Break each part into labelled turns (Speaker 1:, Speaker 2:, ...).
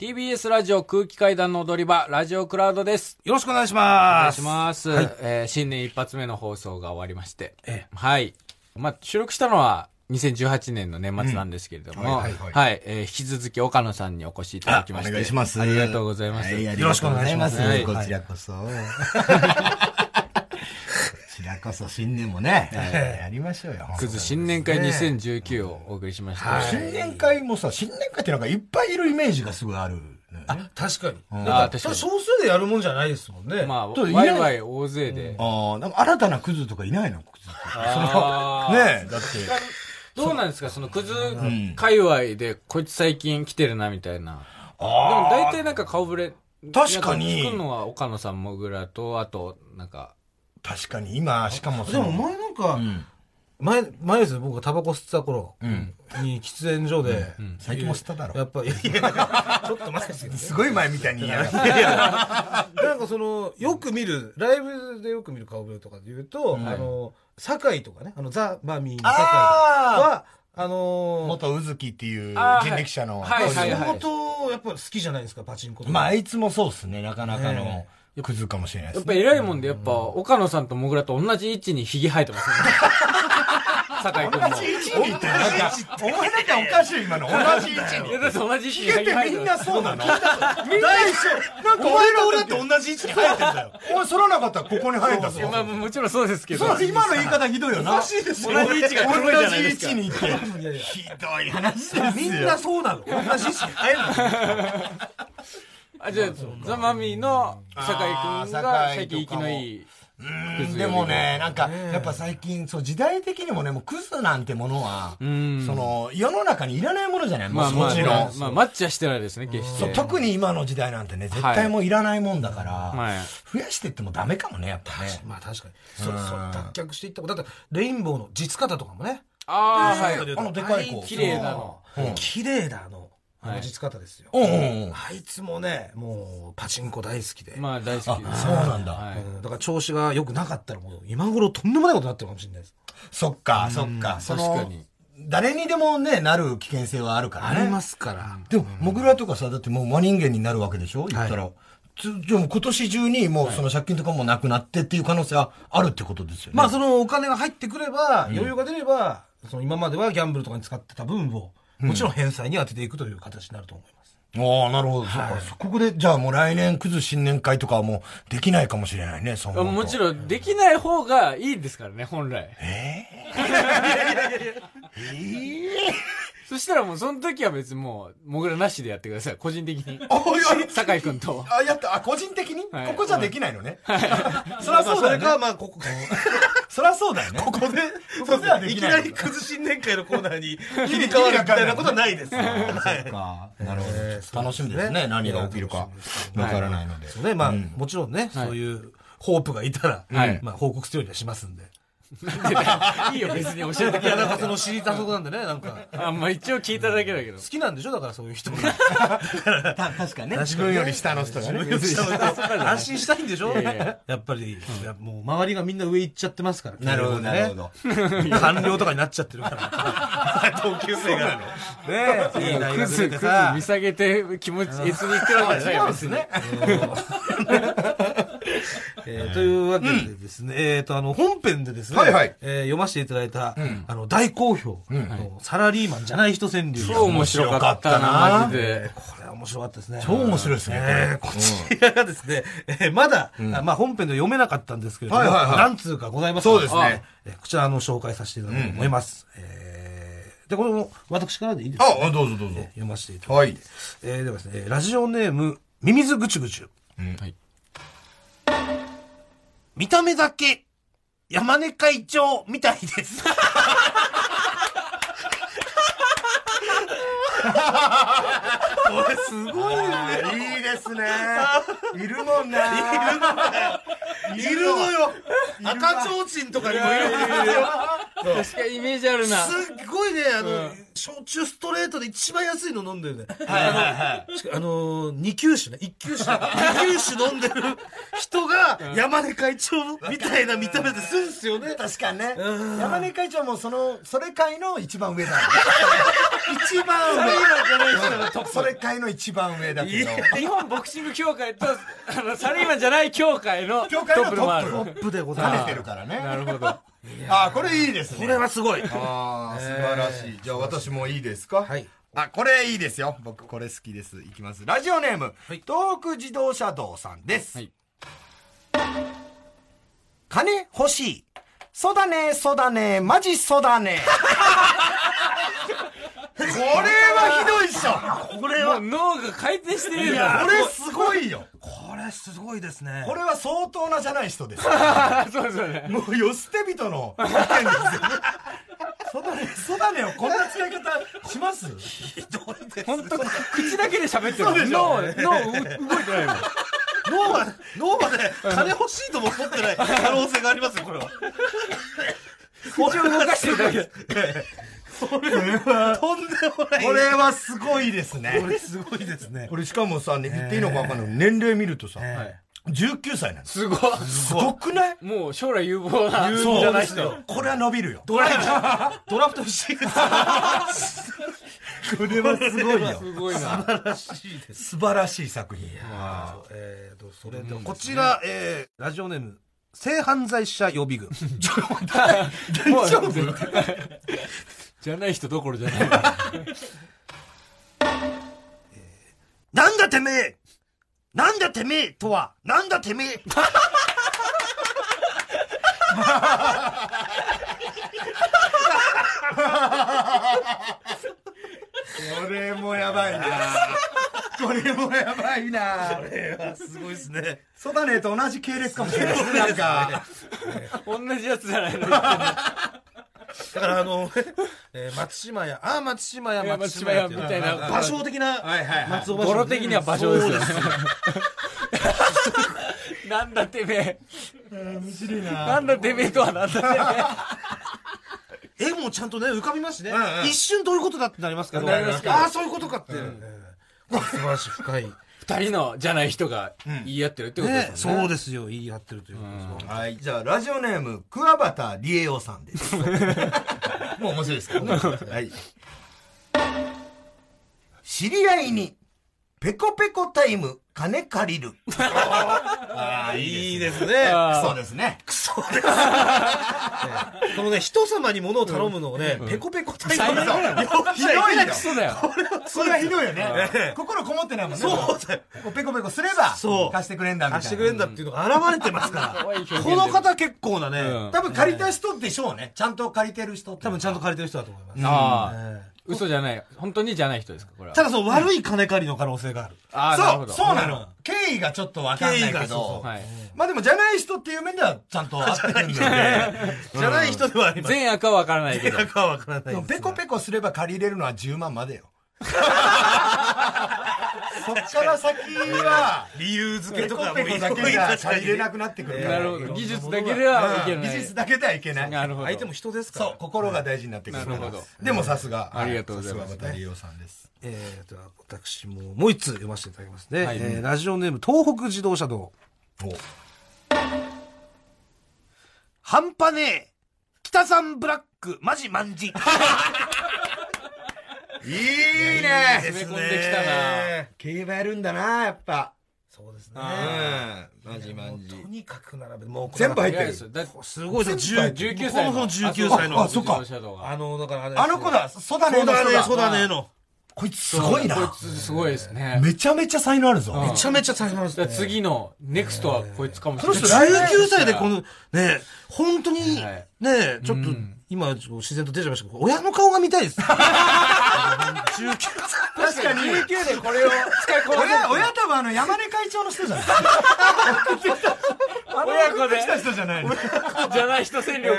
Speaker 1: TBS ラジオ空気階段の踊り場、ラジオクラウドです。
Speaker 2: よろしくお願いし
Speaker 1: お願
Speaker 2: ま
Speaker 1: い
Speaker 2: す。
Speaker 1: します。
Speaker 2: はい。
Speaker 1: えー新年一発目の放送が終わりまして。
Speaker 2: え
Speaker 1: はい。まあ、収録したのは2018年の年末なんですけれども、
Speaker 3: うんは
Speaker 1: はいい
Speaker 3: はいはい
Speaker 1: えー引き続き岡野さんにお越しいただきまして。
Speaker 3: お願いします。
Speaker 1: ありがとうございます。
Speaker 3: は
Speaker 1: はい。
Speaker 2: よろしくお願いします
Speaker 3: ありがとうご
Speaker 2: はい
Speaker 3: ざいますこちらこそ。こちらこそ新年もね、やりましょうよ。
Speaker 1: クズ新年会2019をお送りしました。
Speaker 3: 新年会もさ、新年会ってなんかいっぱいいるイメージがすごいあるのよね。
Speaker 2: 確か
Speaker 3: ん
Speaker 2: に。
Speaker 1: あ
Speaker 2: なん
Speaker 1: ー
Speaker 2: か、
Speaker 1: 確
Speaker 2: そ
Speaker 1: か
Speaker 2: れ
Speaker 1: に
Speaker 2: 少数でやるもんじゃないですもんね。
Speaker 1: まあ、
Speaker 3: ちょっとい
Speaker 1: ワ
Speaker 3: ない
Speaker 1: イワイ大勢で。
Speaker 3: ああ、なんか新たなクズとかいないのクズって
Speaker 1: あー
Speaker 3: ねえ、だって。
Speaker 1: どうなんですかそのクズ界隈で、こいつ最近来てるなみたいな。でも
Speaker 3: あ
Speaker 1: 大体なんか顔ぶれ。
Speaker 3: 確かに
Speaker 1: なん作るのは岡野さん、もぐらと、あと、なんか、
Speaker 3: あ、確かに今、しかもそ
Speaker 2: で
Speaker 3: の
Speaker 2: も前なんか、
Speaker 3: ん
Speaker 2: 前、前ですよ、僕がタバコ吸ってた頃
Speaker 3: ん
Speaker 2: に喫煙所で、
Speaker 3: 最近も吸っただ
Speaker 2: や
Speaker 3: ろ。
Speaker 2: っぱ、いやいや、ちょっと前ですけどね。
Speaker 3: すごい前みたいにやらせて
Speaker 2: なんかその、よく見る、ライブでよく見る顔ぶれとかで言うと、あの、酒井とかね、あの、ザ・バーミーの酒井は、あの、
Speaker 3: 元うずきっていう
Speaker 1: あー
Speaker 3: 人力車の。
Speaker 1: はいはいはい
Speaker 2: 相当やっぱ好きじゃないですか、パチンコとか。
Speaker 3: まあ、あいつもそうっすね。なかなかの
Speaker 2: ね
Speaker 3: クズかもしれないで
Speaker 1: やっ
Speaker 3: す
Speaker 1: ぱ
Speaker 3: ね。
Speaker 1: 偉いもんで、やっぱ、岡野さんともぐらと同じ位置にヒゲ生えて ますね。酒井君も。
Speaker 3: 同じ位置にいたなんか、お前だけおかしい今の。同じ位置
Speaker 1: い
Speaker 3: に。
Speaker 1: や、だって同じ位置に
Speaker 3: ヒゲってみんな
Speaker 1: す。
Speaker 3: そうなの
Speaker 2: みんな一緒。なんか
Speaker 3: お前ら
Speaker 2: 俺と同じ位置に入ってんだよ。
Speaker 3: お前、そらなかったらここに生えたぞ
Speaker 1: いや。まあ、もちろんそうですけど。
Speaker 3: そう今の言い方ひどいよな。同
Speaker 2: いです
Speaker 1: よ同じ位置が黒いじゃないですか
Speaker 3: 同じ位置にいて。
Speaker 2: いやいや
Speaker 3: ひどい話ですよ。
Speaker 2: みんなそうなの。同じ位置に入るの。
Speaker 1: あ、じゃあ、ザ・マミーの酒井君が
Speaker 3: あー
Speaker 1: 最
Speaker 3: 酒
Speaker 1: 近生
Speaker 3: 井と
Speaker 1: き
Speaker 3: かも
Speaker 1: のいい。
Speaker 3: うんでもね、なんか、やっぱ最近、そう、時代的にもね、もうクズなんてものは、そ
Speaker 1: ん
Speaker 3: の、世の中にいらないものじゃない
Speaker 1: ま
Speaker 3: も
Speaker 1: あまあ、
Speaker 3: うもちろん。
Speaker 1: まあ、マッチはしてないですね、決し
Speaker 3: そう
Speaker 1: て。
Speaker 3: 特に今の時代なんてね、絶対もういらないもんだから、
Speaker 1: はい
Speaker 3: 増やしてってもダメかもね、やっぱね。
Speaker 2: まあ確かに。そそう脱却していったこと。だって、レインボーの実方とかもね。
Speaker 1: ああ、は
Speaker 2: レイ
Speaker 1: い。
Speaker 2: ンボー言うと
Speaker 3: あのでかい子
Speaker 2: あつ
Speaker 1: 綺麗だの
Speaker 2: うん綺麗だの。あの実方ですよ。
Speaker 3: うんうんうん。
Speaker 2: あいつもね、もう、パチンコ大好きで。
Speaker 1: まあ、大好きで
Speaker 3: あ
Speaker 1: す。
Speaker 3: そうなんだ
Speaker 1: はい
Speaker 2: うんだから調子が良くなかったらもう今頃とんでもないことになってるかもしれないです。
Speaker 3: そっか、そっか。その
Speaker 1: 確かに
Speaker 3: 誰にでもね、なる危険性はあるからね。
Speaker 2: すから。
Speaker 3: でも、もぐらとかさ、だってもう真人間になるわけでしょ言ったら。つじゃあもう今年中にもうその借金とかもなくなってっていう可能性はあるってことですよね。
Speaker 2: まあそのお金が入ってくれば、余裕が出れば、その今まではギャンブルとかに使ってた分を、もちろん返済に当てていくという形になると思います。
Speaker 3: ああ、なるほど。そうかそこで、じゃあもう来年、クズ新年会とかはもうできないかもしれないね、そ
Speaker 1: あもち
Speaker 3: ん。
Speaker 1: ろん、できない方がいいですからね、本来。 そしたらもう、その時は別にもう、もぐらなしでやってください、個人的に。
Speaker 3: あ、いや
Speaker 1: 酒井君 と。
Speaker 3: あ、やった。あ、個人的に、
Speaker 1: はい
Speaker 3: ここじゃできないのね。そ
Speaker 2: それ
Speaker 3: ら
Speaker 2: か
Speaker 3: そうだよね。
Speaker 2: まあこ こ、
Speaker 3: そらそうだよね。
Speaker 2: ここで、
Speaker 3: こではで
Speaker 2: い
Speaker 3: き
Speaker 2: き
Speaker 3: ない
Speaker 2: なり崩し年会のコーナー に切り替わるみたいなことはないです。はい
Speaker 3: か。なるほど。
Speaker 2: え
Speaker 3: ち
Speaker 2: ー
Speaker 3: ょっと楽しみですね。何が起きるか。わからないので。
Speaker 2: そうね、まあ、もちろんね、そういうホープがいたら、
Speaker 1: はい
Speaker 2: まあ報告するようにはしますんで。
Speaker 1: いいよ、別に
Speaker 2: い
Speaker 1: 教え
Speaker 2: や、
Speaker 1: て
Speaker 2: だ
Speaker 1: くれ
Speaker 2: か
Speaker 1: な
Speaker 2: ら
Speaker 1: くて
Speaker 2: その知りたとこなんでね、なんか。
Speaker 1: あ、まあ一応聞いただけだけど
Speaker 2: 好。きなんでしょだからそういう人が。
Speaker 3: 確かにね。自分より下の人がね。
Speaker 2: 安心したいんでしょ
Speaker 1: いやいや
Speaker 2: やっぱり、いやもう周りがみんな上行っちゃってますから。
Speaker 3: なるほど、なるほど。
Speaker 2: 官僚とかになっちゃってる から。同級生が。ねえ、いい大
Speaker 1: ク
Speaker 2: 学
Speaker 1: ズ、
Speaker 2: 出
Speaker 1: ク
Speaker 2: て
Speaker 1: ズ
Speaker 2: さ
Speaker 1: 見。下げて気持ち、エスニックなわけじゃないよ、別に。
Speaker 2: えーというわけでですね、えっと、あの、本編でですね、
Speaker 3: はいはい
Speaker 2: えー読ませていただいた、あの、大好評のサラリーマンじゃない人川柳。
Speaker 1: 超面白かったな、マジで。
Speaker 2: これは面白かったですね。
Speaker 3: 超面白いですね。
Speaker 2: えーこちらがですね、えーまだ、あまあ本編で読めなかったんですけれども、
Speaker 3: はいはいはい
Speaker 2: 何通かございます
Speaker 3: そうですね。
Speaker 2: あえーこちらあの紹介させていただこうと思います。えーで、これも私からでいいですか
Speaker 3: あ、あどうぞどうぞ。
Speaker 2: 読ませていただきます。
Speaker 3: はい。
Speaker 2: えーではですね、ラジオネーム、ミミズぐちゅぐちゅ。
Speaker 1: はい
Speaker 2: 見た目だけ、山根会長みたいです。これすごいね。
Speaker 3: いいですね。いるもんな。いるのよ。
Speaker 2: 赤ちょうちんとかにもいるんですよ。
Speaker 1: 確かにイメージあるな。
Speaker 2: すっごいね、あの、焼酎ストレートで一番安いの飲んでるね。
Speaker 3: はいはいはい。
Speaker 2: しかあのー、2級酒ね、1級酒、2級酒飲んでる人が、山根会長みたいな見た目でするんですよね。
Speaker 3: 確かにね。
Speaker 2: うん
Speaker 3: 山根会長もその、それ会の一番 上だ。一番上。それ会の一番上だけど。
Speaker 1: 日本ボクシング協会と、あの、サラリーマンじゃない協会のト
Speaker 3: 協会の
Speaker 1: ップのもある。
Speaker 3: トッ
Speaker 2: トップでござい
Speaker 3: 跳
Speaker 2: ま
Speaker 3: ね
Speaker 2: す。
Speaker 3: てるからね。
Speaker 1: なるほど。
Speaker 3: あー、これいいですね。
Speaker 2: これはすごい。
Speaker 3: ああ、素晴らしい。じゃあ私もいいですか
Speaker 2: はい。
Speaker 3: あ、これいいですよ。僕これ好きです。いきます。ラジオネーム、東北自動車道さんです。
Speaker 1: はい
Speaker 3: 金欲しい。そうだね、そうだね、マジそうだね。これはひどいっしょ。
Speaker 2: これ
Speaker 1: もう
Speaker 2: は、
Speaker 1: 脳が回転してるよ。
Speaker 3: これすごいよ。
Speaker 2: これすごいですね。
Speaker 3: これは相当なじゃない人です。
Speaker 1: あ そうですよね。
Speaker 3: もう、よ捨て人の意見ですよね。そうだね、そうだねをこんな使い方します
Speaker 2: ひどいです。
Speaker 1: 本当口だけで喋ってる。
Speaker 3: そうでしょ
Speaker 1: 脳、脳う動いてないもん。
Speaker 2: 脳は、脳まで金欲しいとも思ってない可能性がありますよ、これは。これ
Speaker 1: 動かしてるだけ。
Speaker 2: とんでもない。
Speaker 3: これはすごいですね。
Speaker 2: れすごいですね。
Speaker 3: これしかもさ、ね言っていいのか分かんない。年齢見るとさ、
Speaker 2: え
Speaker 3: 19歳なんです。
Speaker 1: すごい。
Speaker 3: すごくない
Speaker 1: もう将来有望な。
Speaker 2: 有
Speaker 3: そう
Speaker 2: 望じゃないですよ。
Speaker 3: これは伸びるよ。
Speaker 2: ドラフト、ドラフトしてくださ
Speaker 3: これはすごいよ。
Speaker 1: すごいな。
Speaker 2: い。らしいです。
Speaker 3: 素晴らしい作品。
Speaker 2: えーと、それでは、こちら、えー、ラジオネーム、性犯罪者予備軍。
Speaker 1: 大丈夫じゃない人どころじゃない。
Speaker 3: なんだてめえなんだてめえとは、なんだてめえこれもやばいなこれもやばいな
Speaker 2: すごいですね。
Speaker 3: ソダネと同じ系列かもしれないですね。なんか、
Speaker 1: 同じやつじゃないの。
Speaker 2: だから、あの、えー松島屋、ああ、松島屋、
Speaker 1: いや
Speaker 2: 松島屋ってう
Speaker 1: 松島屋みたいな
Speaker 2: 場所的な、
Speaker 3: はいはいはい
Speaker 2: 松尾芭蕉
Speaker 1: 語呂的には場所ですよね。なんだてめえ。
Speaker 3: 面白いな
Speaker 1: なんだてめえとはなんだてめ
Speaker 2: 絵もちゃんとね、浮かびますしね、
Speaker 3: うんうん
Speaker 2: 一瞬どういうことだってなりますけど、
Speaker 1: なりますけど
Speaker 2: ああ、そういうことかって。うん素晴らしい、深い。
Speaker 1: え。二人のじゃない人が言い合ってるってこと
Speaker 2: ね
Speaker 1: で、すもんね。
Speaker 2: そうですよ、言い合ってるということです
Speaker 3: はい、じゃあ、ラジオネーム、桑畑理恵夫さん です。もう面白いですからね。はい。知り合いに、ペコペコタイム、金借 りる。ああ、。
Speaker 2: いいですすね。
Speaker 1: あー
Speaker 3: そうですね。
Speaker 2: そうです。ねこのね、人様に物を頼むのをね、ペコペコタイ
Speaker 1: 最
Speaker 2: ム
Speaker 1: 悪
Speaker 2: だ
Speaker 1: だよ。
Speaker 3: ひどいよ。
Speaker 1: クソだよ。
Speaker 3: それはひどいよね。心こもってないもんね。
Speaker 2: そうだよ
Speaker 3: こうペコペコすれば、
Speaker 2: そう
Speaker 3: 貸してくれんだみたいな。
Speaker 2: 貸してくれんだっていうのが現れてますか
Speaker 1: 可愛い表
Speaker 2: ら。
Speaker 1: 現
Speaker 2: この方結構なね、
Speaker 1: うん
Speaker 3: 多分借りた人でしょうね。ちゃんと借りてる人って。
Speaker 2: 多分ちゃんと借りてる人だと思います。
Speaker 1: ああ。
Speaker 2: ええ
Speaker 1: 嘘じゃない。本当にじゃない人ですか、これは。
Speaker 2: ただその悪い金借りの可能性がある。
Speaker 1: ああ、なるほ
Speaker 3: そう、
Speaker 1: ど。
Speaker 3: そうなの。経緯がちょっとわかんない
Speaker 2: 経
Speaker 3: け
Speaker 2: 緯がそう
Speaker 3: ど
Speaker 2: そ。う
Speaker 1: はい。
Speaker 3: まあでも、じゃない人っていう面では、ち ゃんと合ってるんだよね。
Speaker 2: じゃない人ではあり ません。
Speaker 1: 善悪はわからないけど。
Speaker 2: かわからな
Speaker 3: で
Speaker 2: い
Speaker 3: も、ペコペコすれば借りれるのは10万ま でよ。そっから先は、
Speaker 2: 理由付
Speaker 3: ペ
Speaker 2: けと
Speaker 3: コ
Speaker 2: かも
Speaker 3: ペコだけじゃ借りれな
Speaker 2: く
Speaker 3: くなってくるから
Speaker 1: なるほど。技術だけではいけ
Speaker 3: うん
Speaker 1: ない。
Speaker 3: 技術だけではいけない。
Speaker 1: なるほど。
Speaker 2: 相手も人ですから。
Speaker 3: そう、心が大事になってくるか
Speaker 1: な
Speaker 3: ら
Speaker 1: るほど。
Speaker 3: でもさすが。
Speaker 1: ありがとうございます
Speaker 3: さが渡りおさんです。
Speaker 2: えー、では私ももう一つ読ませていただきますね。
Speaker 1: はい
Speaker 2: えーラジオネーム東北自動車道。
Speaker 3: お
Speaker 2: 半端ねえ北さんブラックマジマンジ。
Speaker 3: いいね
Speaker 1: 詰め込んできたな
Speaker 3: 競馬やるんだな、やっぱ。
Speaker 2: そうですね。
Speaker 3: うん
Speaker 1: あ
Speaker 3: マジマンジ
Speaker 2: もうと。にかく並べもうこれ
Speaker 3: 全部入って
Speaker 1: 早いで
Speaker 3: る
Speaker 1: す。よ。だって
Speaker 2: すごいですよ。
Speaker 1: 19
Speaker 2: 19
Speaker 1: 歳
Speaker 2: 歳
Speaker 1: の
Speaker 2: の。この19歳の。
Speaker 3: あそっか
Speaker 1: 自動車道が
Speaker 2: あの、だからあれ
Speaker 3: あの子だ、ソダネ
Speaker 2: そう
Speaker 3: の人
Speaker 2: だね、
Speaker 3: だ。
Speaker 2: そうだねの。
Speaker 3: こいつすごいな。
Speaker 1: こいつすごいですね。
Speaker 3: めちゃめちゃ才能あるぞ。
Speaker 1: うん
Speaker 2: めちゃめちゃ大変なんです
Speaker 1: だ
Speaker 2: ね。
Speaker 1: から次の、ネクストはこいつかもし
Speaker 2: こ
Speaker 1: れ
Speaker 2: の
Speaker 1: ない。
Speaker 2: 人19歳でこの、ね、本当に、
Speaker 1: はい
Speaker 2: ね、ちょっと、今、ちょっと自然と出ちゃいましたけど、親の顔が見たい です。19歳。
Speaker 3: 確かに。
Speaker 1: 19でこれを使いこなせる
Speaker 3: 親、親多分あの、山根会長の人じゃない
Speaker 1: 親子
Speaker 3: 送っ
Speaker 1: で
Speaker 3: てきた人じゃないの
Speaker 1: じゃない人戦力。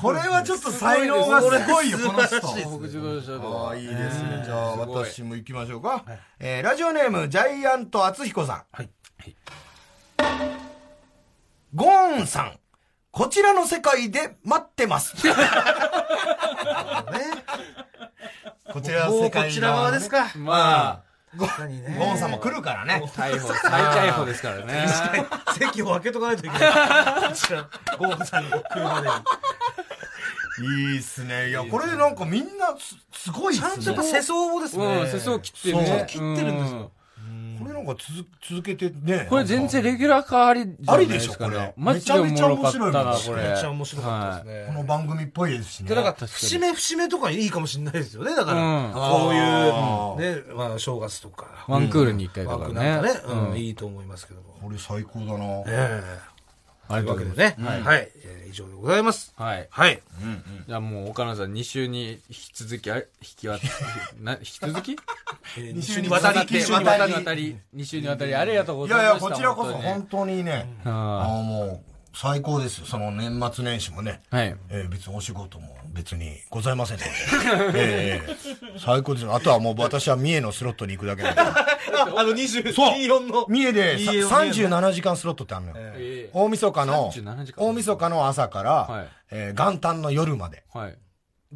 Speaker 3: これはちょっと才能がすごいよ、
Speaker 2: す
Speaker 3: こ
Speaker 2: ご
Speaker 3: の
Speaker 2: いです
Speaker 1: 東
Speaker 3: 人。
Speaker 1: 北自動車道
Speaker 3: あ
Speaker 1: は。
Speaker 3: あ、いいですね。じゃあ、
Speaker 1: すごい
Speaker 3: 私も行きましょうか。えー、ラジオネーム、ジャイアント厚彦さん。
Speaker 2: はい。
Speaker 3: ゴーンさん。こちらの世界で待ってます。ね、こちらの世界、ね、
Speaker 2: こちら側ですか。
Speaker 3: まあ。ゴンさんも来るからね。
Speaker 1: 逮捕、再逮捕ですからね。
Speaker 2: 席を開けとかないといけない。こちら、ゴンさんの来るまでに。
Speaker 3: いいっすね。いや、これなんかみんなす、すごいっすね。
Speaker 2: ちゃんとやっぱ世相をですね。
Speaker 1: うん、世相切ってる、ね。
Speaker 2: 切ってるんですよ。
Speaker 3: これなんか続続けてね。
Speaker 1: これ全然レギュラー化ありじ
Speaker 3: ゃないですか、ね、ありでしょ、これ。めちゃめちゃ面白いな、
Speaker 2: これ。めちゃ面白かったですね、はい。
Speaker 3: この番組っぽいですしね。
Speaker 2: で、だから、節目節目とかいいかもしれないですよね。だから、こういう、ね、まあ、正月とか。
Speaker 1: ワンクールに一回とかね。なん
Speaker 2: かね、うん、いいと思いますけども。
Speaker 3: これ最高だな
Speaker 2: ええありがとうございます。はい。はいえー、以上でございます。
Speaker 1: はい。
Speaker 2: はい。
Speaker 1: うんうん、じゃあもう、岡野さん、2週に引き続き、あ引きわ、な、引き続き
Speaker 2: 2週にわたり、
Speaker 1: 2週にわたり、たり2週にわたり、ありがとうございました。
Speaker 3: いやいや、こちらこそ本当にね、うん、あの、もう、最高ですよ。その年末年始もね。
Speaker 1: はい。
Speaker 3: えー、別にお仕事も別にございませんので。ええー、最高です。あとはもう私は三重のスロットに行くだけだから。
Speaker 2: あの20、24の。
Speaker 3: 三重で37時間スロットってあるのよ。えー、大晦日の、大晦日の朝から、はい、えー、元旦の夜まで。
Speaker 1: はい、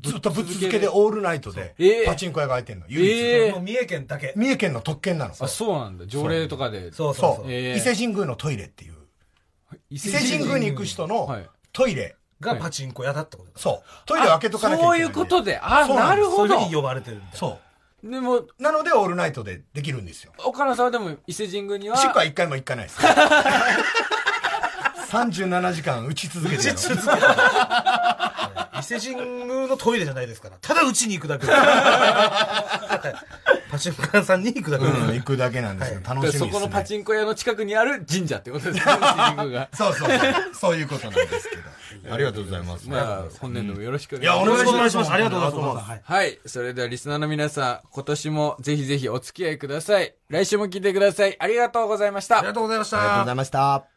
Speaker 3: ずっとぶっ続けでオールナイトで、えー、パチンコ屋が開いてんの。唯一、
Speaker 2: えー、三重県だけ。
Speaker 3: 三重県の特権なの。
Speaker 1: あ、そうなんだ。条例とかで。
Speaker 3: そうそうそう、えー、伊勢神宮のトイレっていう。伊勢神宮に行く人のトイレ。はい
Speaker 2: がパチンコ屋だってこと
Speaker 3: そう。トイレを開けとかなきゃいけ
Speaker 1: ない。そういうことで。あ、なるほど。
Speaker 2: それに呼ばれてるんだ。
Speaker 3: そう。
Speaker 1: でも、
Speaker 3: なのでオールナイトでできるんですよ。
Speaker 1: 岡野さんはでも伊勢神宮には。
Speaker 3: シックは一回も行かないです。37時間打ち続けて
Speaker 2: る。打ち続けて 伊勢神宮のトイレじゃないですから。ただ打ちに行くだけ。パチンコ屋さんに行くだけ、
Speaker 3: うん、行くだけなんですよ。はい、楽しみです、ね、
Speaker 1: そこのパチンコ屋の近くにある神社ってことですね。
Speaker 3: そうそう。そういうことなんですけど。ありがとうございます。
Speaker 1: まあ、本年度もよろしくお。
Speaker 3: 願いします。いや、お願いします。ありがとうございます
Speaker 1: はい。はい、それでは、リスナーの皆さん、今年もぜひぜひお付き合いください。来週も聞いてください。ありがとうございました。
Speaker 2: ありがとうございました。
Speaker 3: ありがとうございました。